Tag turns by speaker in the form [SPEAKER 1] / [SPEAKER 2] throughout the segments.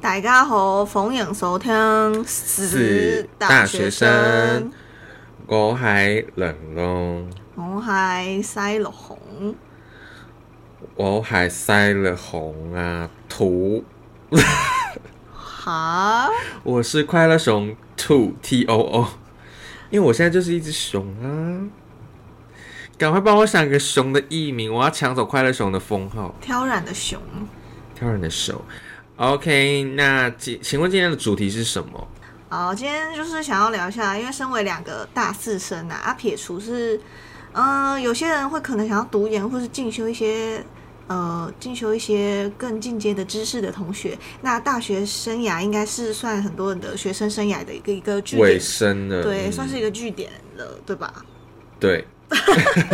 [SPEAKER 1] 大家好，欢迎收听
[SPEAKER 2] 是大学生，，我係玲瓏，
[SPEAKER 1] 我係西六紅，
[SPEAKER 2] 我係西了紅啊兔，
[SPEAKER 1] 吓，
[SPEAKER 2] 我是快樂熊兔 T O O，因為我現在就是一隻熊啊，趕快幫我想個熊的藝名，我要搶走快樂熊的封號，
[SPEAKER 1] 挑染的熊。
[SPEAKER 2] 挑人的手。OK，那请请问今天的主题是什么？
[SPEAKER 1] 好，今天就是想要聊一下，因为身为两个大四生啊，啊撇除是，嗯、有些人会可能想要读研或是进修一些。呃，进修一些更进阶的知识的同学，那大学生涯应该是算很多人的学生生涯的一个一个据
[SPEAKER 2] 尾
[SPEAKER 1] 点，
[SPEAKER 2] 声了，
[SPEAKER 1] 对，
[SPEAKER 2] 嗯
[SPEAKER 1] 算是一个据点了，对吧？
[SPEAKER 2] 对，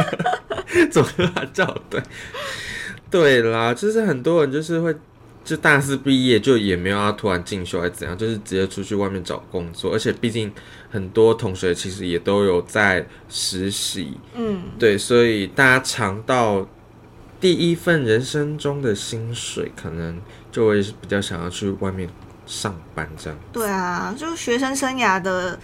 [SPEAKER 2] 怎么把它叫对？对啦，就是很多人就是会，就大四毕业就也没有要突然进修还是怎样，就是直接出去外面找工作，而且毕竟很多同学其实也都有在实习，
[SPEAKER 1] 嗯，
[SPEAKER 2] 对，所以大家尝到第一份人生中的薪水，可能就会比较想要去外面上班这样。
[SPEAKER 1] 对啊，就是学生生涯的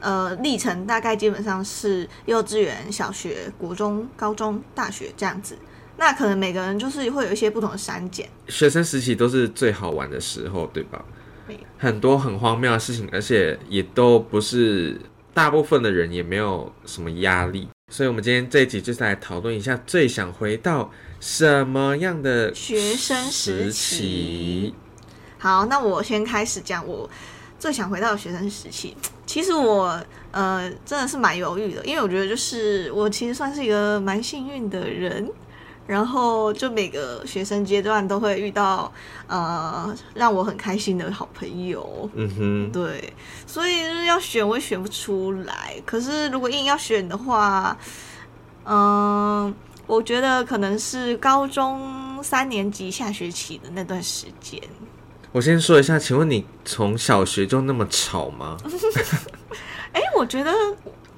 [SPEAKER 1] 呃历程，大概基本上是幼稚园、小学、国中、高中、大学这样子。那可能每个人就是会有一些不同的删减，
[SPEAKER 2] 学生时期都是最好玩的时候，对吧
[SPEAKER 1] 对？
[SPEAKER 2] 很多很荒谬的事情，而且也都不是大部分的人也没有什么压力，所以我们今天这一集就是来讨论一下最想回到什么样的
[SPEAKER 1] 学生时
[SPEAKER 2] 时
[SPEAKER 1] 期
[SPEAKER 2] 期。
[SPEAKER 1] 好，那我先开始讲我最想回到学生时期。其实我呃真的是蛮犹豫的，因为我觉得就是我其实算是一个蛮幸运的人，然后就每个学生阶段都会遇到呃让我很开心的好朋友。
[SPEAKER 2] 嗯哼，
[SPEAKER 1] 对，所以就是要选，我也选不出来。可是如果硬要选的话，嗯，我觉得可能是高中三年级下学期的那段时间。
[SPEAKER 2] 我先说一下，请问你从小学就那么吵吗？
[SPEAKER 1] 哎，我觉得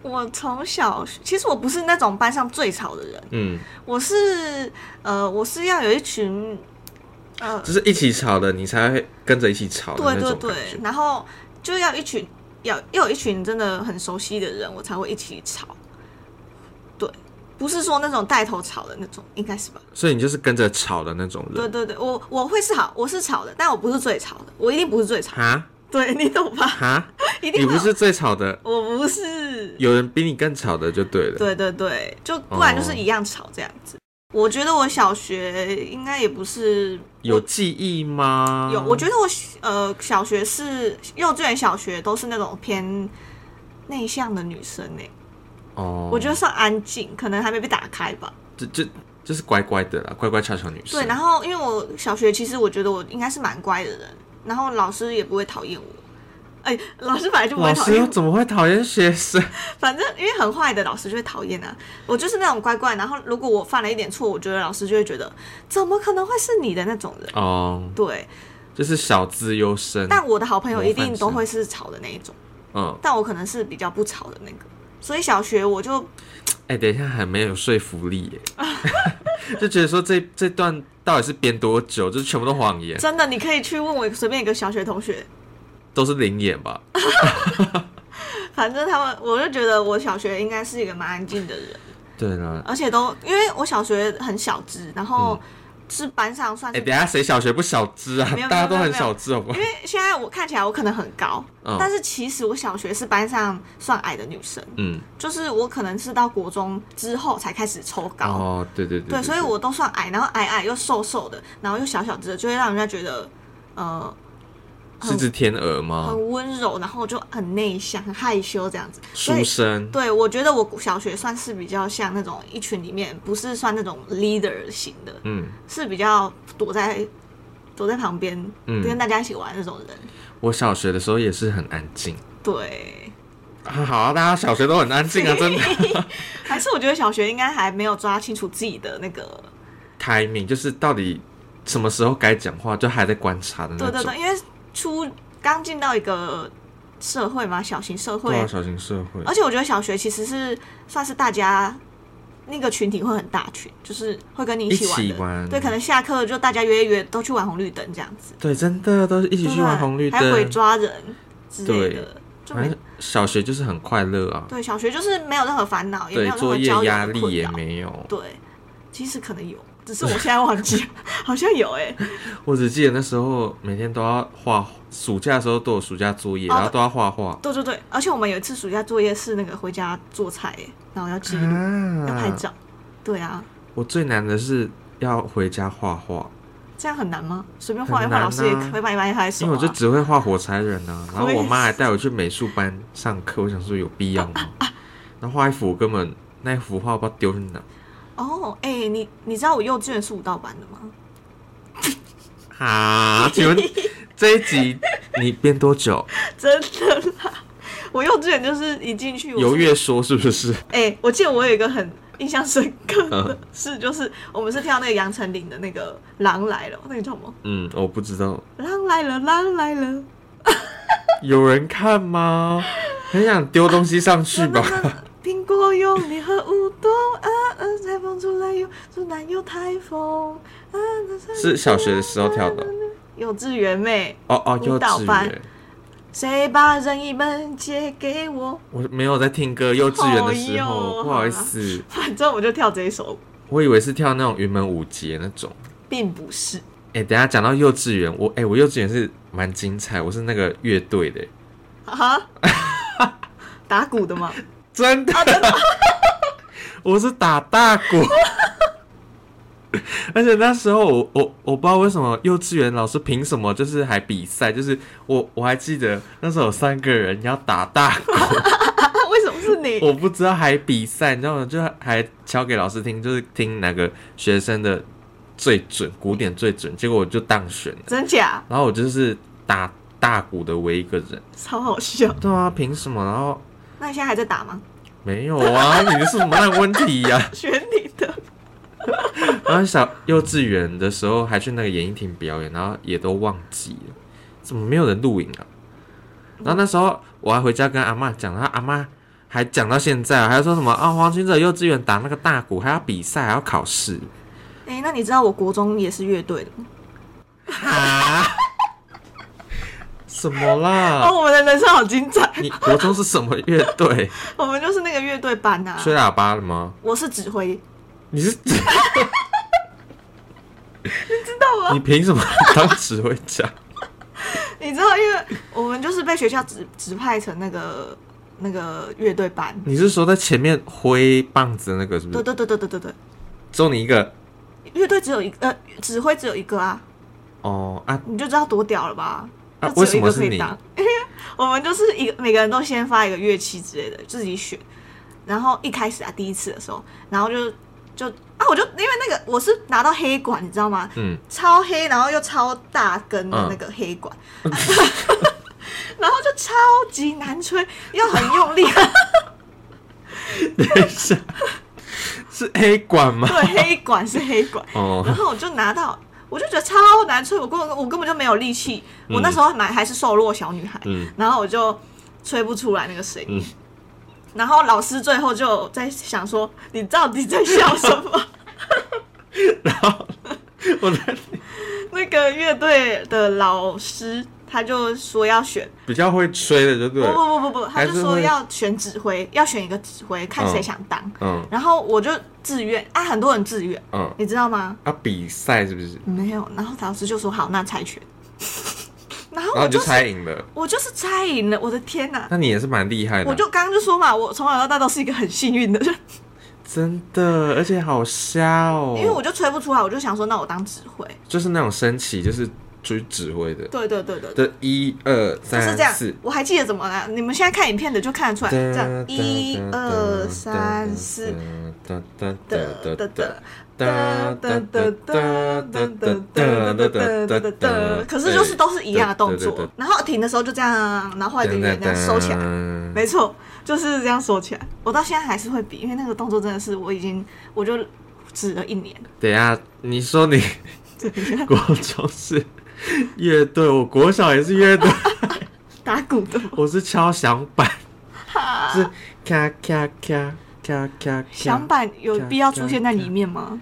[SPEAKER 1] 我从小，其实我不是那种班上最吵的人，
[SPEAKER 2] 嗯，
[SPEAKER 1] 我是呃，我是要有一群呃，
[SPEAKER 2] 就是一起吵的，你才会跟着一起吵的
[SPEAKER 1] 对
[SPEAKER 2] 那
[SPEAKER 1] 对
[SPEAKER 2] 种
[SPEAKER 1] 对
[SPEAKER 2] 感觉，。
[SPEAKER 1] 然后就要一群要要有一群真的很熟悉的人，我才会一起吵。对，不是说那种带头吵的那种，应该是吧？
[SPEAKER 2] 所以你就是跟着吵的那种
[SPEAKER 1] 对
[SPEAKER 2] 人
[SPEAKER 1] 对对，我我会是好，我是吵的，但我不是最吵的，我一定不是最吵的。
[SPEAKER 2] 哈
[SPEAKER 1] 对你懂吧？
[SPEAKER 2] 哈，
[SPEAKER 1] 一定
[SPEAKER 2] 你不
[SPEAKER 1] 会有
[SPEAKER 2] 是最吵的，
[SPEAKER 1] 我不是。
[SPEAKER 2] 有人比你更吵的就对了。
[SPEAKER 1] 对对对，就不然
[SPEAKER 2] 哦
[SPEAKER 1] 就是一样吵这样子。我觉得我小学应该也不是
[SPEAKER 2] 有记忆吗？
[SPEAKER 1] 有，我觉得我呃小学是幼稚园、小学都是那种偏内向的女生呢、
[SPEAKER 2] 哦，
[SPEAKER 1] 我觉得算安静，可能还没被打开吧。
[SPEAKER 2] 就就就是乖乖的啦，乖乖巧巧女生。
[SPEAKER 1] 对，然后因为我小学其实我觉得我应该是蛮乖的人，然后老师也不会讨厌我。哎、老师本来就不会
[SPEAKER 2] 老
[SPEAKER 1] 讨
[SPEAKER 2] 师
[SPEAKER 1] 厌
[SPEAKER 2] 又
[SPEAKER 1] 我，
[SPEAKER 2] 怎么会讨厌学生？
[SPEAKER 1] 反正因为很坏的老师就会讨厌啊。我就是那种乖乖，然后如果我犯了一点错，我觉得老师就会觉得怎么可能会是你的那种人。
[SPEAKER 2] 哦，
[SPEAKER 1] 对，
[SPEAKER 2] 就是小资优生。
[SPEAKER 1] 但我的好朋友一
[SPEAKER 2] 模
[SPEAKER 1] 定
[SPEAKER 2] 范
[SPEAKER 1] 都
[SPEAKER 2] 生
[SPEAKER 1] 会是吵的那一种，
[SPEAKER 2] 嗯，
[SPEAKER 1] 但我可能是比较不吵的那个，所以小学我就
[SPEAKER 2] 哎、等一下还没有说服 力耶，就觉得说这这段到底是编多久，就是全部都谎言，
[SPEAKER 1] 真的，你可以去问我随便一个小学同学，
[SPEAKER 2] 都是零演吧？
[SPEAKER 1] 反正他们，我就觉得我小学应该是一个蛮安静的人，
[SPEAKER 2] 对啦。
[SPEAKER 1] 而且都因为我小学很小只，然后是班上算
[SPEAKER 2] 嗯哎、
[SPEAKER 1] 是，
[SPEAKER 2] 等一下谁小学不小资啊
[SPEAKER 1] 没有？
[SPEAKER 2] 大家都
[SPEAKER 1] 没有
[SPEAKER 2] 很
[SPEAKER 1] 没有
[SPEAKER 2] 小资，好不好
[SPEAKER 1] 因？为现在我看起来我可能很高，
[SPEAKER 2] 嗯
[SPEAKER 1] 但是其实我小学是班上算矮的女生，
[SPEAKER 2] 嗯，
[SPEAKER 1] 就是我可能是到国中之后才开始抽高。
[SPEAKER 2] 哦，对对对
[SPEAKER 1] 对，所以我都算矮，然后矮矮又瘦瘦的，然后又小小只的，就会让人家觉得，呃，
[SPEAKER 2] 是指天鹅吗？
[SPEAKER 1] 很温柔，然后就很内向、很害羞这样子。所以
[SPEAKER 2] 书生，
[SPEAKER 1] 对，我觉得我小学算是比较像那种一群里面不是算那种 leader 型的，
[SPEAKER 2] 嗯，
[SPEAKER 1] 是比较躲在躲在旁边、
[SPEAKER 2] 嗯
[SPEAKER 1] 跟大家一起玩那种人。
[SPEAKER 2] 我小学的时候也是很安静。
[SPEAKER 1] 对，
[SPEAKER 2] 啊 好啊，大家小学都很安静啊，真的。
[SPEAKER 1] 还是我觉得小学应该还没有抓清楚自己的那个，
[SPEAKER 2] timing 就是到底什么时候该讲话，就还在观察的那
[SPEAKER 1] 对
[SPEAKER 2] 种。
[SPEAKER 1] 对对，因为初刚进到一个社会嘛，小型社
[SPEAKER 2] 对
[SPEAKER 1] 会
[SPEAKER 2] 啊，，小型社会，
[SPEAKER 1] 而且我觉得小学其实是算是大家那个群体会很大群，就是会跟你一起玩
[SPEAKER 2] 一
[SPEAKER 1] 的
[SPEAKER 2] 起。玩
[SPEAKER 1] 对，可能下课就大家约一约，都去玩红绿灯这样子。
[SPEAKER 2] 对，真的都是一
[SPEAKER 1] 一
[SPEAKER 2] 起去玩红绿
[SPEAKER 1] 还有鬼
[SPEAKER 2] 灯，
[SPEAKER 1] 抓人之类的。就
[SPEAKER 2] 反
[SPEAKER 1] 没
[SPEAKER 2] 正小学就是很快乐啊，
[SPEAKER 1] 对，小学就是没有任何烦恼，也没
[SPEAKER 2] 对
[SPEAKER 1] 有，任
[SPEAKER 2] 作
[SPEAKER 1] 何
[SPEAKER 2] 业
[SPEAKER 1] 交友
[SPEAKER 2] 压
[SPEAKER 1] 的
[SPEAKER 2] 力
[SPEAKER 1] 困
[SPEAKER 2] 也
[SPEAKER 1] 扰。
[SPEAKER 2] 没有，
[SPEAKER 1] 对，其实可能有，只是我现在忘记 了，好像有哎、
[SPEAKER 2] 我只记得那时候每天都要画，暑假的时候都有暑假作业，
[SPEAKER 1] 哦
[SPEAKER 2] 然后都要画画
[SPEAKER 1] 对对对，而且我们有一次暑假作业是那个回家做菜欸、然后要记录、
[SPEAKER 2] 啊
[SPEAKER 1] 要拍照。对啊，
[SPEAKER 2] 我最难的是要回家画画，
[SPEAKER 1] 这样很难吗？随便
[SPEAKER 2] 很
[SPEAKER 1] 画一画，老
[SPEAKER 2] 难
[SPEAKER 1] 师也
[SPEAKER 2] 啊
[SPEAKER 1] 会帮你拍拍手、
[SPEAKER 2] 因
[SPEAKER 1] 啊。
[SPEAKER 2] 为我就只会画火柴人啊，然后
[SPEAKER 1] 我也
[SPEAKER 2] 我妈
[SPEAKER 1] 是
[SPEAKER 2] 还带我去美术班上课，我想说有必要吗？然后画一幅我根本那一幅画不知道丢去哪
[SPEAKER 1] 哦，哎、你你知道我幼稚园是舞蹈班的吗？
[SPEAKER 2] 啊？请 问这一集你编多久？
[SPEAKER 1] 真的啦，我幼稚园就是一进去，我
[SPEAKER 2] 由
[SPEAKER 1] 是
[SPEAKER 2] 月说是不是？
[SPEAKER 1] 哎、我记得我有一个很印象深刻的
[SPEAKER 2] 嗯
[SPEAKER 1] 事，就是我们是跳那个杨丞琳的那个《狼来了》，那个叫什么？
[SPEAKER 2] 嗯，我不知道，
[SPEAKER 1] 狼来了，狼来了。
[SPEAKER 2] 有人看吗？很想丢东西上去吧？
[SPEAKER 1] 那那苹果有你和舞动啊啊，台风出来有，出来有台风啊。那
[SPEAKER 2] 是小学的时候跳的。
[SPEAKER 1] 幼稚园妹，
[SPEAKER 2] 哦哦，幼
[SPEAKER 1] 舞蹈
[SPEAKER 2] 稚
[SPEAKER 1] 班
[SPEAKER 2] 园，
[SPEAKER 1] 谁把任意门借给我？
[SPEAKER 2] 我没有在听歌，幼稚园的时
[SPEAKER 1] 哦
[SPEAKER 2] 候，
[SPEAKER 1] 哟
[SPEAKER 2] 不好意思，
[SPEAKER 1] 反正我就跳这一首，
[SPEAKER 2] 我以为是跳那种云门舞集那种。
[SPEAKER 1] 并不是。
[SPEAKER 2] 哎、等一下讲到幼稚园，我哎、我幼稚园是蛮精彩，我是那个乐队的，
[SPEAKER 1] 啊？打鼓的吗？
[SPEAKER 2] 啊真的， 我是打大鼓。而且那时候我我我不知道为什么幼稚园老师凭什么就是还比赛，就是我我还记得那时候有三个人要打大鼓，
[SPEAKER 1] 啊，为什么是你？
[SPEAKER 2] 我不知道还比赛，你知道吗？就还敲给老师听，就是听哪个学生的最准，鼓点最准，结果我就当选了，
[SPEAKER 1] 真假？
[SPEAKER 2] 然后我就是打大鼓的唯一一个人。
[SPEAKER 1] 超好笑。
[SPEAKER 2] 对啊，凭什么？然后
[SPEAKER 1] 那你现在还在打吗？
[SPEAKER 2] 没有啊， 你这是什么烂问题呀、
[SPEAKER 1] 选你的。
[SPEAKER 2] 然后小幼稚园的时候还去那个演艺厅表演，然后也都忘记了，怎么没有人录影啊？然后那时候我还回家跟阿妈讲，然后阿妈还讲到现在啊，还说什么啊、黄金哲幼稚园打那个大鼓还要比赛还要考试
[SPEAKER 1] 哎、那你知道我国中也是乐队的吗？
[SPEAKER 2] 啊？什么啦？
[SPEAKER 1] 哦，我们的人生好精彩。
[SPEAKER 2] 你国中是什么乐队？
[SPEAKER 1] 我们就是那个乐队班啊。
[SPEAKER 2] 吹喇叭的吗？
[SPEAKER 1] 我是指挥，
[SPEAKER 2] 你 是
[SPEAKER 1] 知道吗？
[SPEAKER 2] 你凭什么当指挥家？
[SPEAKER 1] 你知道，因为我们就是被学校指指派成那个那个乐队班。
[SPEAKER 2] 你是说在前面挥棒子的那个是不
[SPEAKER 1] 对
[SPEAKER 2] 是？
[SPEAKER 1] 对对对对对对，
[SPEAKER 2] 只有你一个
[SPEAKER 1] 乐队只有一个，呃，指挥只有一个啊，
[SPEAKER 2] 哦啊
[SPEAKER 1] 你就知道多屌了吧？
[SPEAKER 2] 啊
[SPEAKER 1] 就只有一个
[SPEAKER 2] 为什
[SPEAKER 1] 可
[SPEAKER 2] 么是你
[SPEAKER 1] 以当。因为 我们就是一个每个人都先发一个乐器之类的，自己选。然后一开始啊，第一次的时候，然后就就啊，我就因为那个我是拿到黑管，你知道吗？
[SPEAKER 2] 嗯。
[SPEAKER 1] 超黑，然后又超大根的那个黑管，
[SPEAKER 2] 嗯
[SPEAKER 1] 然后就超级难吹，又很用力，
[SPEAKER 2] 等一下，是 A 管吗？
[SPEAKER 1] 对，黑管是黑管。然
[SPEAKER 2] 哦，
[SPEAKER 1] 后我就拿到，我就觉得超难吹，我根本我根本就没有力气，我那时候还蛮还是瘦弱小女孩，
[SPEAKER 2] 嗯
[SPEAKER 1] 然后我就吹不出来那个声音。
[SPEAKER 2] 嗯
[SPEAKER 1] 然后老师最后就在想说，你到底在笑什么？
[SPEAKER 2] 我的
[SPEAKER 1] 那个乐队的老师他就说要选，
[SPEAKER 2] 比较会吹的，就对
[SPEAKER 1] 不
[SPEAKER 2] 了。
[SPEAKER 1] 不不不不，他
[SPEAKER 2] 还
[SPEAKER 1] 就是说
[SPEAKER 2] 会
[SPEAKER 1] 要选指挥，要选一个指挥，看谁
[SPEAKER 2] 嗯
[SPEAKER 1] 想当。
[SPEAKER 2] 嗯
[SPEAKER 1] 然后我就自愿啊，很多人自愿，
[SPEAKER 2] 嗯，
[SPEAKER 1] 你知道吗？
[SPEAKER 2] 啊，比赛是不是？
[SPEAKER 1] 没有。然后老师就说好，那猜拳。 然后
[SPEAKER 2] 然后
[SPEAKER 1] 我
[SPEAKER 2] 你就是猜赢了，
[SPEAKER 1] 我就是猜赢了，我的天哪！
[SPEAKER 2] 那你也是蛮厉害的啊。
[SPEAKER 1] 我就刚刚就说嘛，我从小到大都是一个很幸运的人，
[SPEAKER 2] 真的，而且好瞎哦。
[SPEAKER 1] 因为我就吹不出来，我就想说，那我当指挥。
[SPEAKER 2] 就是那种升旗，就是去指挥的，
[SPEAKER 1] 对对对对，
[SPEAKER 2] 的一二
[SPEAKER 1] 就
[SPEAKER 2] 三
[SPEAKER 1] 是这样
[SPEAKER 2] 四。。
[SPEAKER 1] 我还记得怎么了，你们现在看影片的就看得出来，这样
[SPEAKER 2] 哒
[SPEAKER 1] 一二三四。，
[SPEAKER 2] 哒哒
[SPEAKER 1] 哒哒
[SPEAKER 2] 哒哒
[SPEAKER 1] 哒哒
[SPEAKER 2] 哒哒。
[SPEAKER 1] 哒哒哒哒哒哒哒哒哒哒哒，可是就是都是一样的动
[SPEAKER 2] 对对对
[SPEAKER 1] 作
[SPEAKER 2] 对，
[SPEAKER 1] 然后停的时候就这样，然后后来就有点这样收起来，
[SPEAKER 2] 来
[SPEAKER 1] 没错，就是这样收起来。我到现在还是会比，因为那个动作真的是我已经我就指了一年，
[SPEAKER 2] 等一下，你说你
[SPEAKER 1] 这个
[SPEAKER 2] 国中是乐队，我国小也是乐队，
[SPEAKER 1] 打鼓的吗？
[SPEAKER 2] 我是敲响板，
[SPEAKER 1] 哈
[SPEAKER 2] 是咔咔咔咔咔咔。
[SPEAKER 1] 响板有必要出现在里面吗？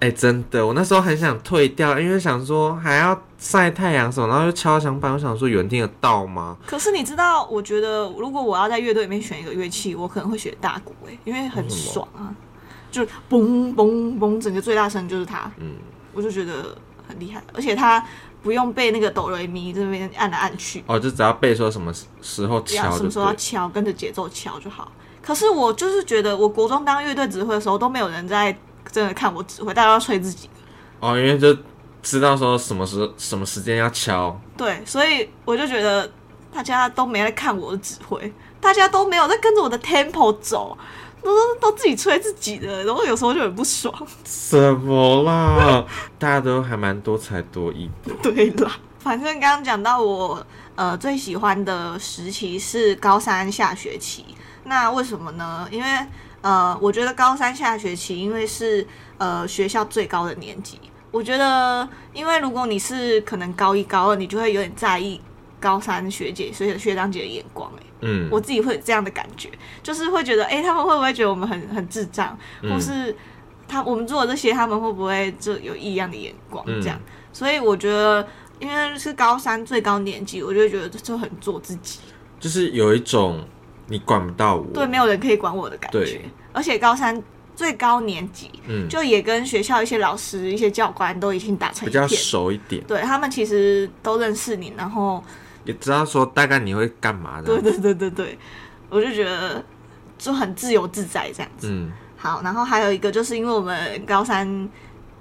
[SPEAKER 2] 哎、真的，我那时候很想退掉，因为想说还要晒太阳什么，然后就敲响板，我想说有人听得到吗？
[SPEAKER 1] 可是你知道，我觉得如果我要在乐队里面选一个乐器，我可能会选大鼓、欸，因为很
[SPEAKER 2] 为什么
[SPEAKER 1] 爽啊，就是嘣嘣嘣，整个最大声就是它，
[SPEAKER 2] 嗯，
[SPEAKER 1] 我就觉得很厉害，而且它不用被那个哆来咪这边按来按去，
[SPEAKER 2] 哦，就只要背说什么时候
[SPEAKER 1] 只要
[SPEAKER 2] 敲
[SPEAKER 1] 什
[SPEAKER 2] 就
[SPEAKER 1] 么时候要
[SPEAKER 2] 对。
[SPEAKER 1] 敲，跟着节奏敲就好。可是我就是觉得，我国中当乐队指挥的时候，都没有人在真的看我指挥，大家都在吹自己。
[SPEAKER 2] 哦，因为就知道说什么时候什么时间要敲。
[SPEAKER 1] 对，所以我就觉得大家都没在看我的指挥，大家都没有在跟着我的 tempo 走，都都自己吹自己的，然后有时候就很不爽。
[SPEAKER 2] 什么啦？ 大家都还蛮多才多艺的。
[SPEAKER 1] 对啦，反正刚刚讲到我呃最喜欢的时期是高三下学期，那为什么呢？因为呃，我觉得高三下学期因为是呃学校最高的年级，我觉得因为如果你是可能高一高二，你就会有点在意高三学姐学学长姐的眼光、欸，
[SPEAKER 2] 嗯，
[SPEAKER 1] 我自己会有这样的感觉，就是会觉得，哎、他们会不会觉得我们很很智障，
[SPEAKER 2] 嗯
[SPEAKER 1] 或是他我们做的这些，他们会不会就有异样的眼光
[SPEAKER 2] 嗯
[SPEAKER 1] 这样？所以我觉得，因为是高三最高年级，我就会觉得就很做自己，
[SPEAKER 2] 就是有一种你管不到我。
[SPEAKER 1] 对，没有人可以管我的感觉
[SPEAKER 2] 对。
[SPEAKER 1] 而且高三最高年级，
[SPEAKER 2] 嗯，
[SPEAKER 1] 就也跟学校一些老师、一些教官都已经打成
[SPEAKER 2] 比
[SPEAKER 1] 一
[SPEAKER 2] 较
[SPEAKER 1] 片，
[SPEAKER 2] 熟一点，
[SPEAKER 1] 对他们其实都认识你，然后
[SPEAKER 2] 也知道说大概你会干嘛的。
[SPEAKER 1] 对对对对对，我就觉得就很自由自在这样子。
[SPEAKER 2] 嗯，
[SPEAKER 1] 好，然后还有一个就是因为我们高三，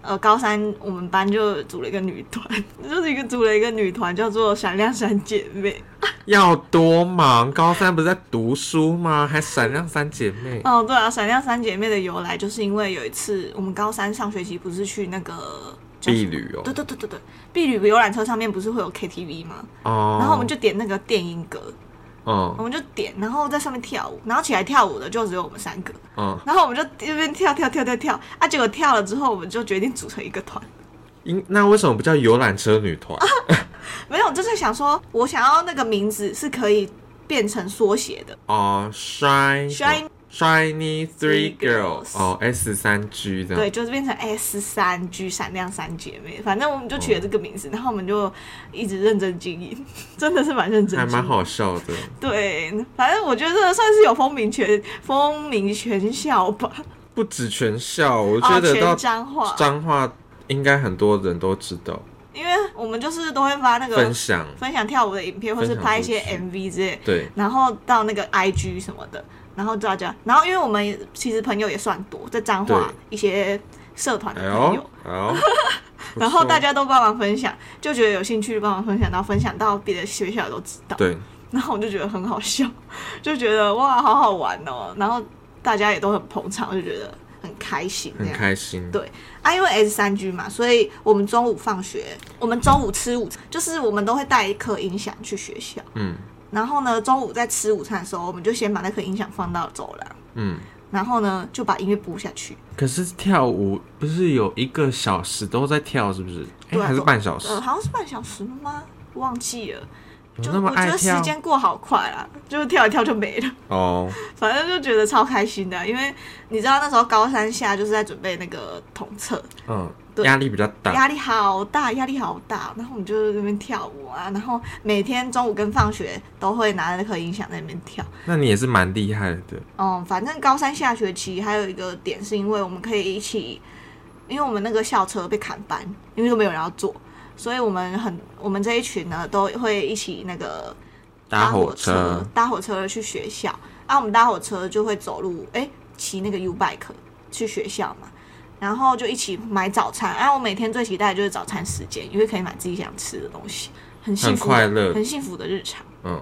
[SPEAKER 1] 呃，高三我们班就组了一个女团， 就是一个组了一个女团叫做闪亮闪姐妹。
[SPEAKER 2] 要多忙？高三不是在读书吗？还闪亮三姐妹。
[SPEAKER 1] 哦，对啊，闪亮三姐妹的由来就是因为有一次我们高三上学期不是去那个叫
[SPEAKER 2] 避
[SPEAKER 1] 什么
[SPEAKER 2] 旅哦
[SPEAKER 1] 对，对对对对，碧旅游览车上面不是会有 KTV 吗？
[SPEAKER 2] 哦，
[SPEAKER 1] 然后我们就点那个电音歌，我
[SPEAKER 2] 嗯
[SPEAKER 1] 们就点，然后在上面跳舞，然后起来跳舞的就只有我们三个，
[SPEAKER 2] 嗯，
[SPEAKER 1] 然后我们就一边跳跳跳跳跳，啊，结果跳了之后我们就决定组成一个团。
[SPEAKER 2] 因那为什么不叫游览车 女团？
[SPEAKER 1] 没有，就是想说，我想要那个名字是可以变成缩写的。
[SPEAKER 2] 哦，Shine
[SPEAKER 1] Shine-
[SPEAKER 2] Shiny Three
[SPEAKER 1] Three
[SPEAKER 2] Girls，
[SPEAKER 1] Girls
[SPEAKER 2] 哦，S 三 G 这样。
[SPEAKER 1] 对，就是变成 S 三 G 闪亮三姐妹，反正我们就取了这个名字，然后我们就一直认真经营， 真的是蛮认真，
[SPEAKER 2] 还蛮。好笑的，
[SPEAKER 1] 对，反正我觉得算是有风靡全风靡全校吧，
[SPEAKER 2] 不止全校，我觉
[SPEAKER 1] 啊，
[SPEAKER 2] 得
[SPEAKER 1] 全
[SPEAKER 2] 到
[SPEAKER 1] 彰化，
[SPEAKER 2] 彰化应该很多人都知道，
[SPEAKER 1] 因为我们就是都会发那个
[SPEAKER 2] 分享
[SPEAKER 1] 分享跳舞的影片，或是
[SPEAKER 2] 分享
[SPEAKER 1] 拍一
[SPEAKER 2] 出
[SPEAKER 1] 些
[SPEAKER 2] 去
[SPEAKER 1] MV 之类，
[SPEAKER 2] 对，
[SPEAKER 1] 然后到那个 IG 什么的，然后大家，然后因为我们其实朋友也算多，在彰化
[SPEAKER 2] 对
[SPEAKER 1] 一些社团的
[SPEAKER 2] 哎
[SPEAKER 1] 朋友，
[SPEAKER 2] 呦，哎呦，不
[SPEAKER 1] 然后
[SPEAKER 2] 错
[SPEAKER 1] 大家都帮忙分享，就觉得有兴趣帮忙分享，然后分享到别的学校都知道，
[SPEAKER 2] 对，
[SPEAKER 1] 然后我就觉得很好笑， 就觉得哇，好好玩哦，然后大家也都很捧场，就觉得很开心这
[SPEAKER 2] 很
[SPEAKER 1] 样。
[SPEAKER 2] 开心，
[SPEAKER 1] 对啊，因为 S 三 G 嘛，所以我们中午放学，我们中午吃午餐，就是我们都会带一颗音响去学校。
[SPEAKER 2] 嗯
[SPEAKER 1] 然后呢，中午在吃午餐的时候，我们就先把那颗音响放到走廊，
[SPEAKER 2] 嗯。
[SPEAKER 1] 然后呢就把音乐播下去，
[SPEAKER 2] 可是跳舞不是有一个小时都在跳，是不是？哎、
[SPEAKER 1] 对啊
[SPEAKER 2] 还是半小时？
[SPEAKER 1] 呃，好像是半小时吗？忘记了。
[SPEAKER 2] 有
[SPEAKER 1] 就
[SPEAKER 2] 那么
[SPEAKER 1] 我觉
[SPEAKER 2] 爱
[SPEAKER 1] 得时
[SPEAKER 2] 跳
[SPEAKER 1] 间过好快啦，就是跳一跳就没了，
[SPEAKER 2] 哦，
[SPEAKER 1] 反正就觉得超开心的啊，因为你知道那时候高三下就是在准备那个统测，
[SPEAKER 2] 嗯，
[SPEAKER 1] 对
[SPEAKER 2] 压力比较大，
[SPEAKER 1] 压力好大，压力好大。然后我们就在那边跳舞啊，然后每天中午跟放学都会拿那颗音响在那边跳。
[SPEAKER 2] 那你也是蛮厉害的，
[SPEAKER 1] 嗯，反正高三下学期还有一个点是因为我们可以一起，因为我们那个校车被砍班，因为都没有人要坐，所以我们很我们这一群呢都会一起那个
[SPEAKER 2] 搭
[SPEAKER 1] 火
[SPEAKER 2] 火车，
[SPEAKER 1] 搭火车去学校。啊，我们搭火车就会走路，哎、骑那个 U bike 去学校嘛，然后就一起买早餐。啊，我每天最期待的就是早餐时间，因为可以买自己想吃的东西，很幸福的，
[SPEAKER 2] 很快乐
[SPEAKER 1] 很幸福的日常。
[SPEAKER 2] 嗯，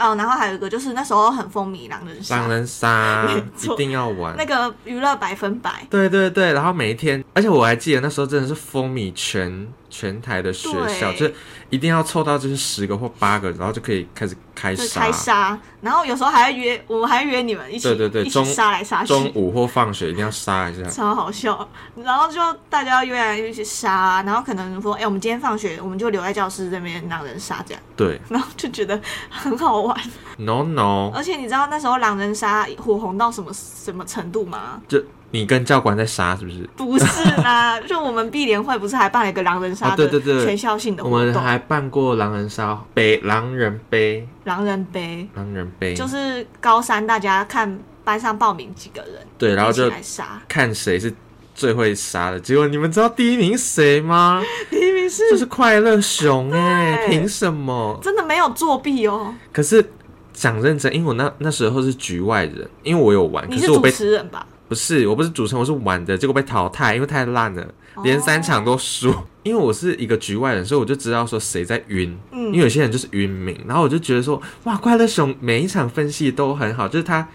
[SPEAKER 1] 哦，然后还有一个就是那时候很风靡狼人杀
[SPEAKER 2] 狼，人杀
[SPEAKER 1] 没错
[SPEAKER 2] 一定要玩
[SPEAKER 1] 那。个娱乐百分百，
[SPEAKER 2] 对对对，然后每一天，而且我还记得那时候真的是风靡全全台的学校，
[SPEAKER 1] 对
[SPEAKER 2] 就是一定要凑到就是十个或八个，然后就可以开始开
[SPEAKER 1] 就
[SPEAKER 2] 杀。
[SPEAKER 1] 开杀，然后有时候还会约，我们还会约你们一起，
[SPEAKER 2] 对对对
[SPEAKER 1] 一起
[SPEAKER 2] 中
[SPEAKER 1] 杀来杀去，
[SPEAKER 2] 中午或放学一定要杀一 下。
[SPEAKER 1] 超好笑。然后就大家越来越去杀，然后可能说，哎、我们今天放学，我们就留在教室这边让人杀这样，
[SPEAKER 2] 对
[SPEAKER 1] 然后就觉得很好玩。
[SPEAKER 2] ，no no，
[SPEAKER 1] 而且你知道那时候狼人杀火红到什么什么程度吗？
[SPEAKER 2] 就你跟教官在杀是不是？
[SPEAKER 1] 不是 啦，就我们碧联会不是还办了一个狼人杀
[SPEAKER 2] 啊对
[SPEAKER 1] 的
[SPEAKER 2] 对对
[SPEAKER 1] 全校性的
[SPEAKER 2] 我
[SPEAKER 1] 活
[SPEAKER 2] 们
[SPEAKER 1] 动，
[SPEAKER 2] 还办过狼人杀杯、狼人杯、
[SPEAKER 1] 狼人杯，
[SPEAKER 2] 狼人杯，
[SPEAKER 1] 就是高三大家看班上报名几个人，
[SPEAKER 2] 对，然后
[SPEAKER 1] 一
[SPEAKER 2] 就
[SPEAKER 1] 起来杀。
[SPEAKER 2] 看谁是最会杀的。结果你们知道第一名谁吗？
[SPEAKER 1] 第一名是
[SPEAKER 2] 就是快乐熊哎、
[SPEAKER 1] 对
[SPEAKER 2] 凭什么？
[SPEAKER 1] 真的没有作弊哦，
[SPEAKER 2] 可是讲认真，因为我那那时候是局外人，因为我有玩，可
[SPEAKER 1] 你是
[SPEAKER 2] 我
[SPEAKER 1] 主
[SPEAKER 2] 被
[SPEAKER 1] 持人吧？
[SPEAKER 2] 不是我不是主持人，我是玩的，结果被淘汰，因为太烂了，
[SPEAKER 1] 哦
[SPEAKER 2] 连三场都输。因为我是一个局外人，所以我就知道说谁在晕，
[SPEAKER 1] 嗯
[SPEAKER 2] 因为有些人就是晕民，然后我就觉得说，哇，快乐熊每一场分析都很好，就是他，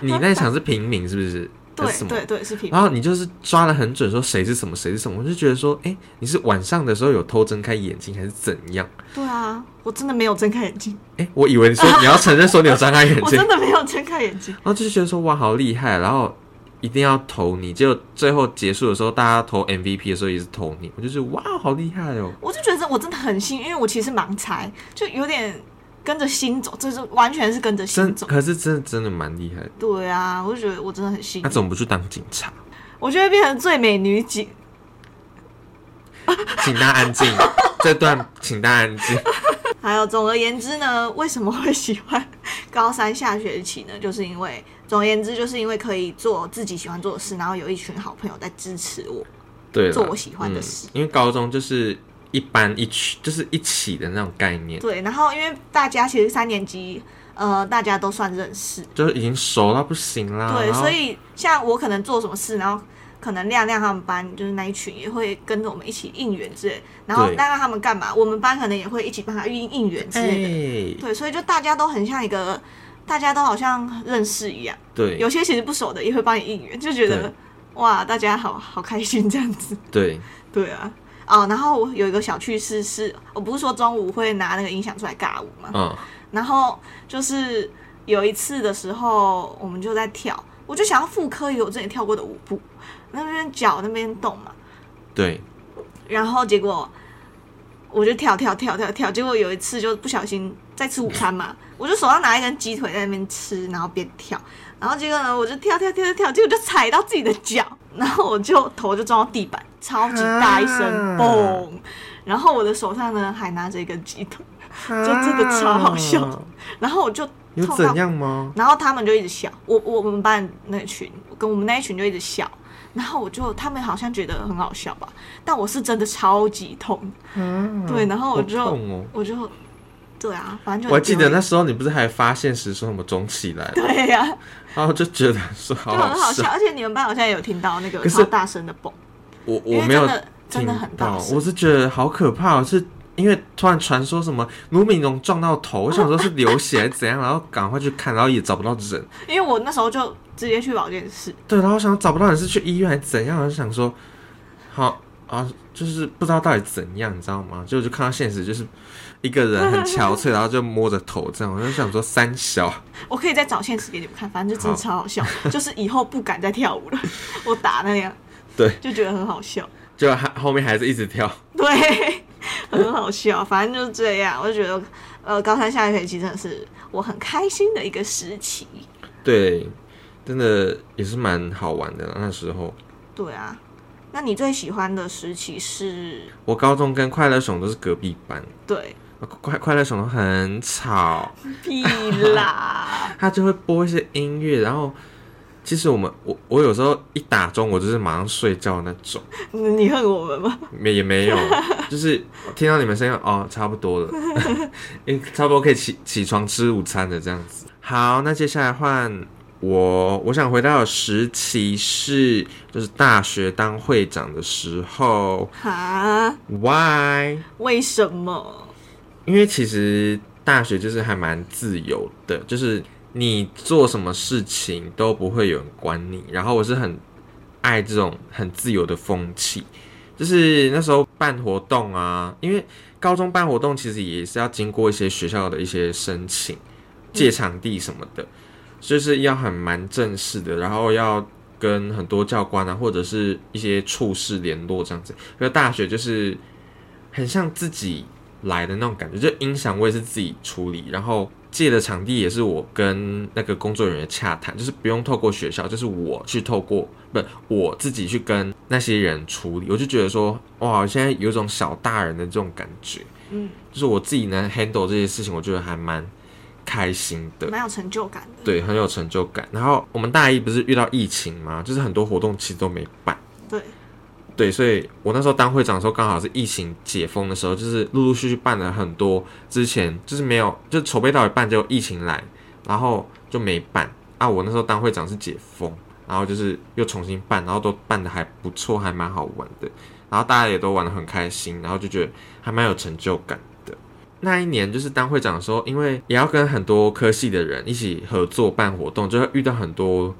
[SPEAKER 2] 你那一场是平民是不是？还是什
[SPEAKER 1] 对
[SPEAKER 2] 么啊
[SPEAKER 1] 对对，是平
[SPEAKER 2] 然后你就是抓的很准，说谁是什么，谁是什么，我就觉得说，哎，你是晚上的时候有偷睁开眼睛还是怎样？
[SPEAKER 1] 对啊，我真的没有睁开眼睛，
[SPEAKER 2] 哎，我以为你说你要承认说你有张开 眼
[SPEAKER 1] 我
[SPEAKER 2] 睛
[SPEAKER 1] 真，的没有睁开眼睛。
[SPEAKER 2] 然后就是觉得说哇好厉害，然后一定要投你，结果最后结束的时候大家投 MVP 的时候也是投你，我就是哇好厉害哦，
[SPEAKER 1] 我就觉得我真的很幸运，因为我其实盲猜，就有点跟着心走，这是完全是跟着心
[SPEAKER 2] 真
[SPEAKER 1] 走。
[SPEAKER 2] 可是真的真的蛮厉害的，
[SPEAKER 1] 对啊，我就觉得我真的很幸
[SPEAKER 2] 那
[SPEAKER 1] 运，
[SPEAKER 2] 怎么不去当警察？
[SPEAKER 1] 我就会变成最美女警。
[SPEAKER 2] 请大家 安静，这段请大家安静。
[SPEAKER 1] 还有，总而言之呢，为什么会喜欢高三下学期呢？就是因为，总而言之，就是因为可以做自己喜欢做的事，然后有一群好朋友在支持我。
[SPEAKER 2] 对啦，
[SPEAKER 1] 做我喜欢的事
[SPEAKER 2] 嗯因为高中就是一班一区，就是一起的那种概念。
[SPEAKER 1] 对，然后因为大家其实三年级，呃，大家都算认识，
[SPEAKER 2] 就是已经熟到不行啦。
[SPEAKER 1] 对，
[SPEAKER 2] 嗯然后
[SPEAKER 1] 所以像我可能做什么事，然后可能亮亮他们班就是那一群也会跟着我们一起应援之类，然后
[SPEAKER 2] 对
[SPEAKER 1] 亮亮他们干嘛，我们班可能也会一起帮他应应援之类的，
[SPEAKER 2] 哎，
[SPEAKER 1] 对，所以就大家都很像一个，大家都好像认识一样，
[SPEAKER 2] 对
[SPEAKER 1] 有些其实不熟的也会帮你应援，就觉得
[SPEAKER 2] 对
[SPEAKER 1] 哇，大家好好开心这样子，
[SPEAKER 2] 对，
[SPEAKER 1] 对啊。哦，然后我有一个小趣事是，我不是说中午会拿那个音响出来尬舞吗？
[SPEAKER 2] 嗯，
[SPEAKER 1] 然后就是有一次的时候，我们就在跳，我就想要复刻一个我之前跳过的舞步，那边脚那边动嘛，
[SPEAKER 2] 对，
[SPEAKER 1] 然后结果我就跳跳跳跳跳，结果有一次就不小心在吃午餐嘛， 我就手上拿一根鸡腿在那边吃，然后边跳，然后结果呢，我就跳跳跳跳跳，结果就踩到自己的脚，然后我就头就撞到地板，超级大一声
[SPEAKER 2] 啊
[SPEAKER 1] 嘣，然后我的手上呢还拿着一根鸡腿，就真的超好笑
[SPEAKER 2] 啊
[SPEAKER 1] 然后我就
[SPEAKER 2] 有
[SPEAKER 1] 痛
[SPEAKER 2] 怎
[SPEAKER 1] 到
[SPEAKER 2] 样吗？
[SPEAKER 1] 然后他们就一直笑，我我我们班那群跟我们那一群就一直笑，然后我就他们好像觉得很好笑吧，但我是真的超级痛，
[SPEAKER 2] 啊
[SPEAKER 1] 对然后嗯我就
[SPEAKER 2] 好痛哦。
[SPEAKER 1] 我就对啊，反正就
[SPEAKER 2] 我还记得那
[SPEAKER 1] 很
[SPEAKER 2] 时候你不是还发现时说什么肿起来，
[SPEAKER 1] 丢 脸对呀、
[SPEAKER 2] 然后就觉得说
[SPEAKER 1] 就
[SPEAKER 2] 好
[SPEAKER 1] 很好
[SPEAKER 2] 笑
[SPEAKER 1] 笑，。而且你们班好像也有听到那个
[SPEAKER 2] 可是
[SPEAKER 1] 超大声的蹦，
[SPEAKER 2] 我
[SPEAKER 1] 因
[SPEAKER 2] 我
[SPEAKER 1] 为
[SPEAKER 2] 没有
[SPEAKER 1] 真的真的很
[SPEAKER 2] 听
[SPEAKER 1] 大
[SPEAKER 2] 到，
[SPEAKER 1] 声
[SPEAKER 2] 我，是觉得好可怕、哦，是因为突然传说什么卢敏荣撞到头，我想说是流血还是怎样，然后赶快去看，然后也找不到人。
[SPEAKER 1] 因为我那时候就直接去保健室，
[SPEAKER 2] 对，然后想找不到人是去医院还是怎样，我就想说，好啊，就是不知道到底怎样，你知道吗？就就看到现实，就是一个人很憔悴，然后就摸着头这样，我就想说三小，
[SPEAKER 1] 我可以再找现实给你们看，反正就真的
[SPEAKER 2] 好
[SPEAKER 1] 超好笑，就是以后不敢再跳舞了， 我打那样
[SPEAKER 2] 对，
[SPEAKER 1] 就觉得很好笑。
[SPEAKER 2] 就还后面还是一直跳，
[SPEAKER 1] 对，很好笑，反正就是这样。我就觉得，呃，高三下学期真的是我很开心的一个时期。
[SPEAKER 2] 对，真的也是蛮好玩的那时候。
[SPEAKER 1] 对啊，那你最喜欢的时期是？
[SPEAKER 2] 我高中跟快乐熊都是隔壁班，
[SPEAKER 1] 对，
[SPEAKER 2] 快快乐熊都很吵，
[SPEAKER 1] 屁啦，
[SPEAKER 2] 他就会播一些音乐，然后其实我们我我有时候一打钟，我就是马上睡觉那种。
[SPEAKER 1] 你你恨我们 吗？
[SPEAKER 2] 没也没有，就是听到你们声音哦，差不多了，因为差不多可以起起床吃午餐的这样子。好，那接下来换我，我想回到的时期是就是大学当会长的时候
[SPEAKER 1] 啊？
[SPEAKER 2] ，Why？
[SPEAKER 1] 为什么？
[SPEAKER 2] 因为其实大学就是还蛮自由的，就是你做什么事情都不会有人管你。然后我是很爱这种很自由的风气，就是那时候办活动啊，因为高中办活动其实也是要经过一些学校的一些申请、借场地什么的，就是要很蛮正式的，然后要跟很多教官啊或者是一些处室联络这样子。因为大学就是很像自己来的那种感觉，就音响我也是自己处理，然后借的场地也是我跟那个工作人员洽谈，就是不用透过学校，就是我去透过不我自己去跟那些人处理，我就觉得说哇，我现在有一种小大人的这种感觉，
[SPEAKER 1] 嗯，
[SPEAKER 2] 就是我自己能 handle 这些事情，我觉得还蛮开心的。
[SPEAKER 1] 蛮有成就感的。
[SPEAKER 2] 对，很有成就感。然后我们大一不是遇到疫情嘛，就是很多活动其实都没办。
[SPEAKER 1] 对，
[SPEAKER 2] 对，所以我那时候当会长的时候，刚好是疫情解封的时候，就是陆陆续续办了很多，之前就是没有，就筹备到一半就疫情来，然后就没办。啊，我那时候当会长是解封，然后就是又重新办，然后都办的还不错，还蛮好玩的。然后大家也都玩的很开心，然后就觉得还蛮有成就感的。那一年就是当会长的时候，因为也要跟很多科系的人一起合作办活动，就会遇到很多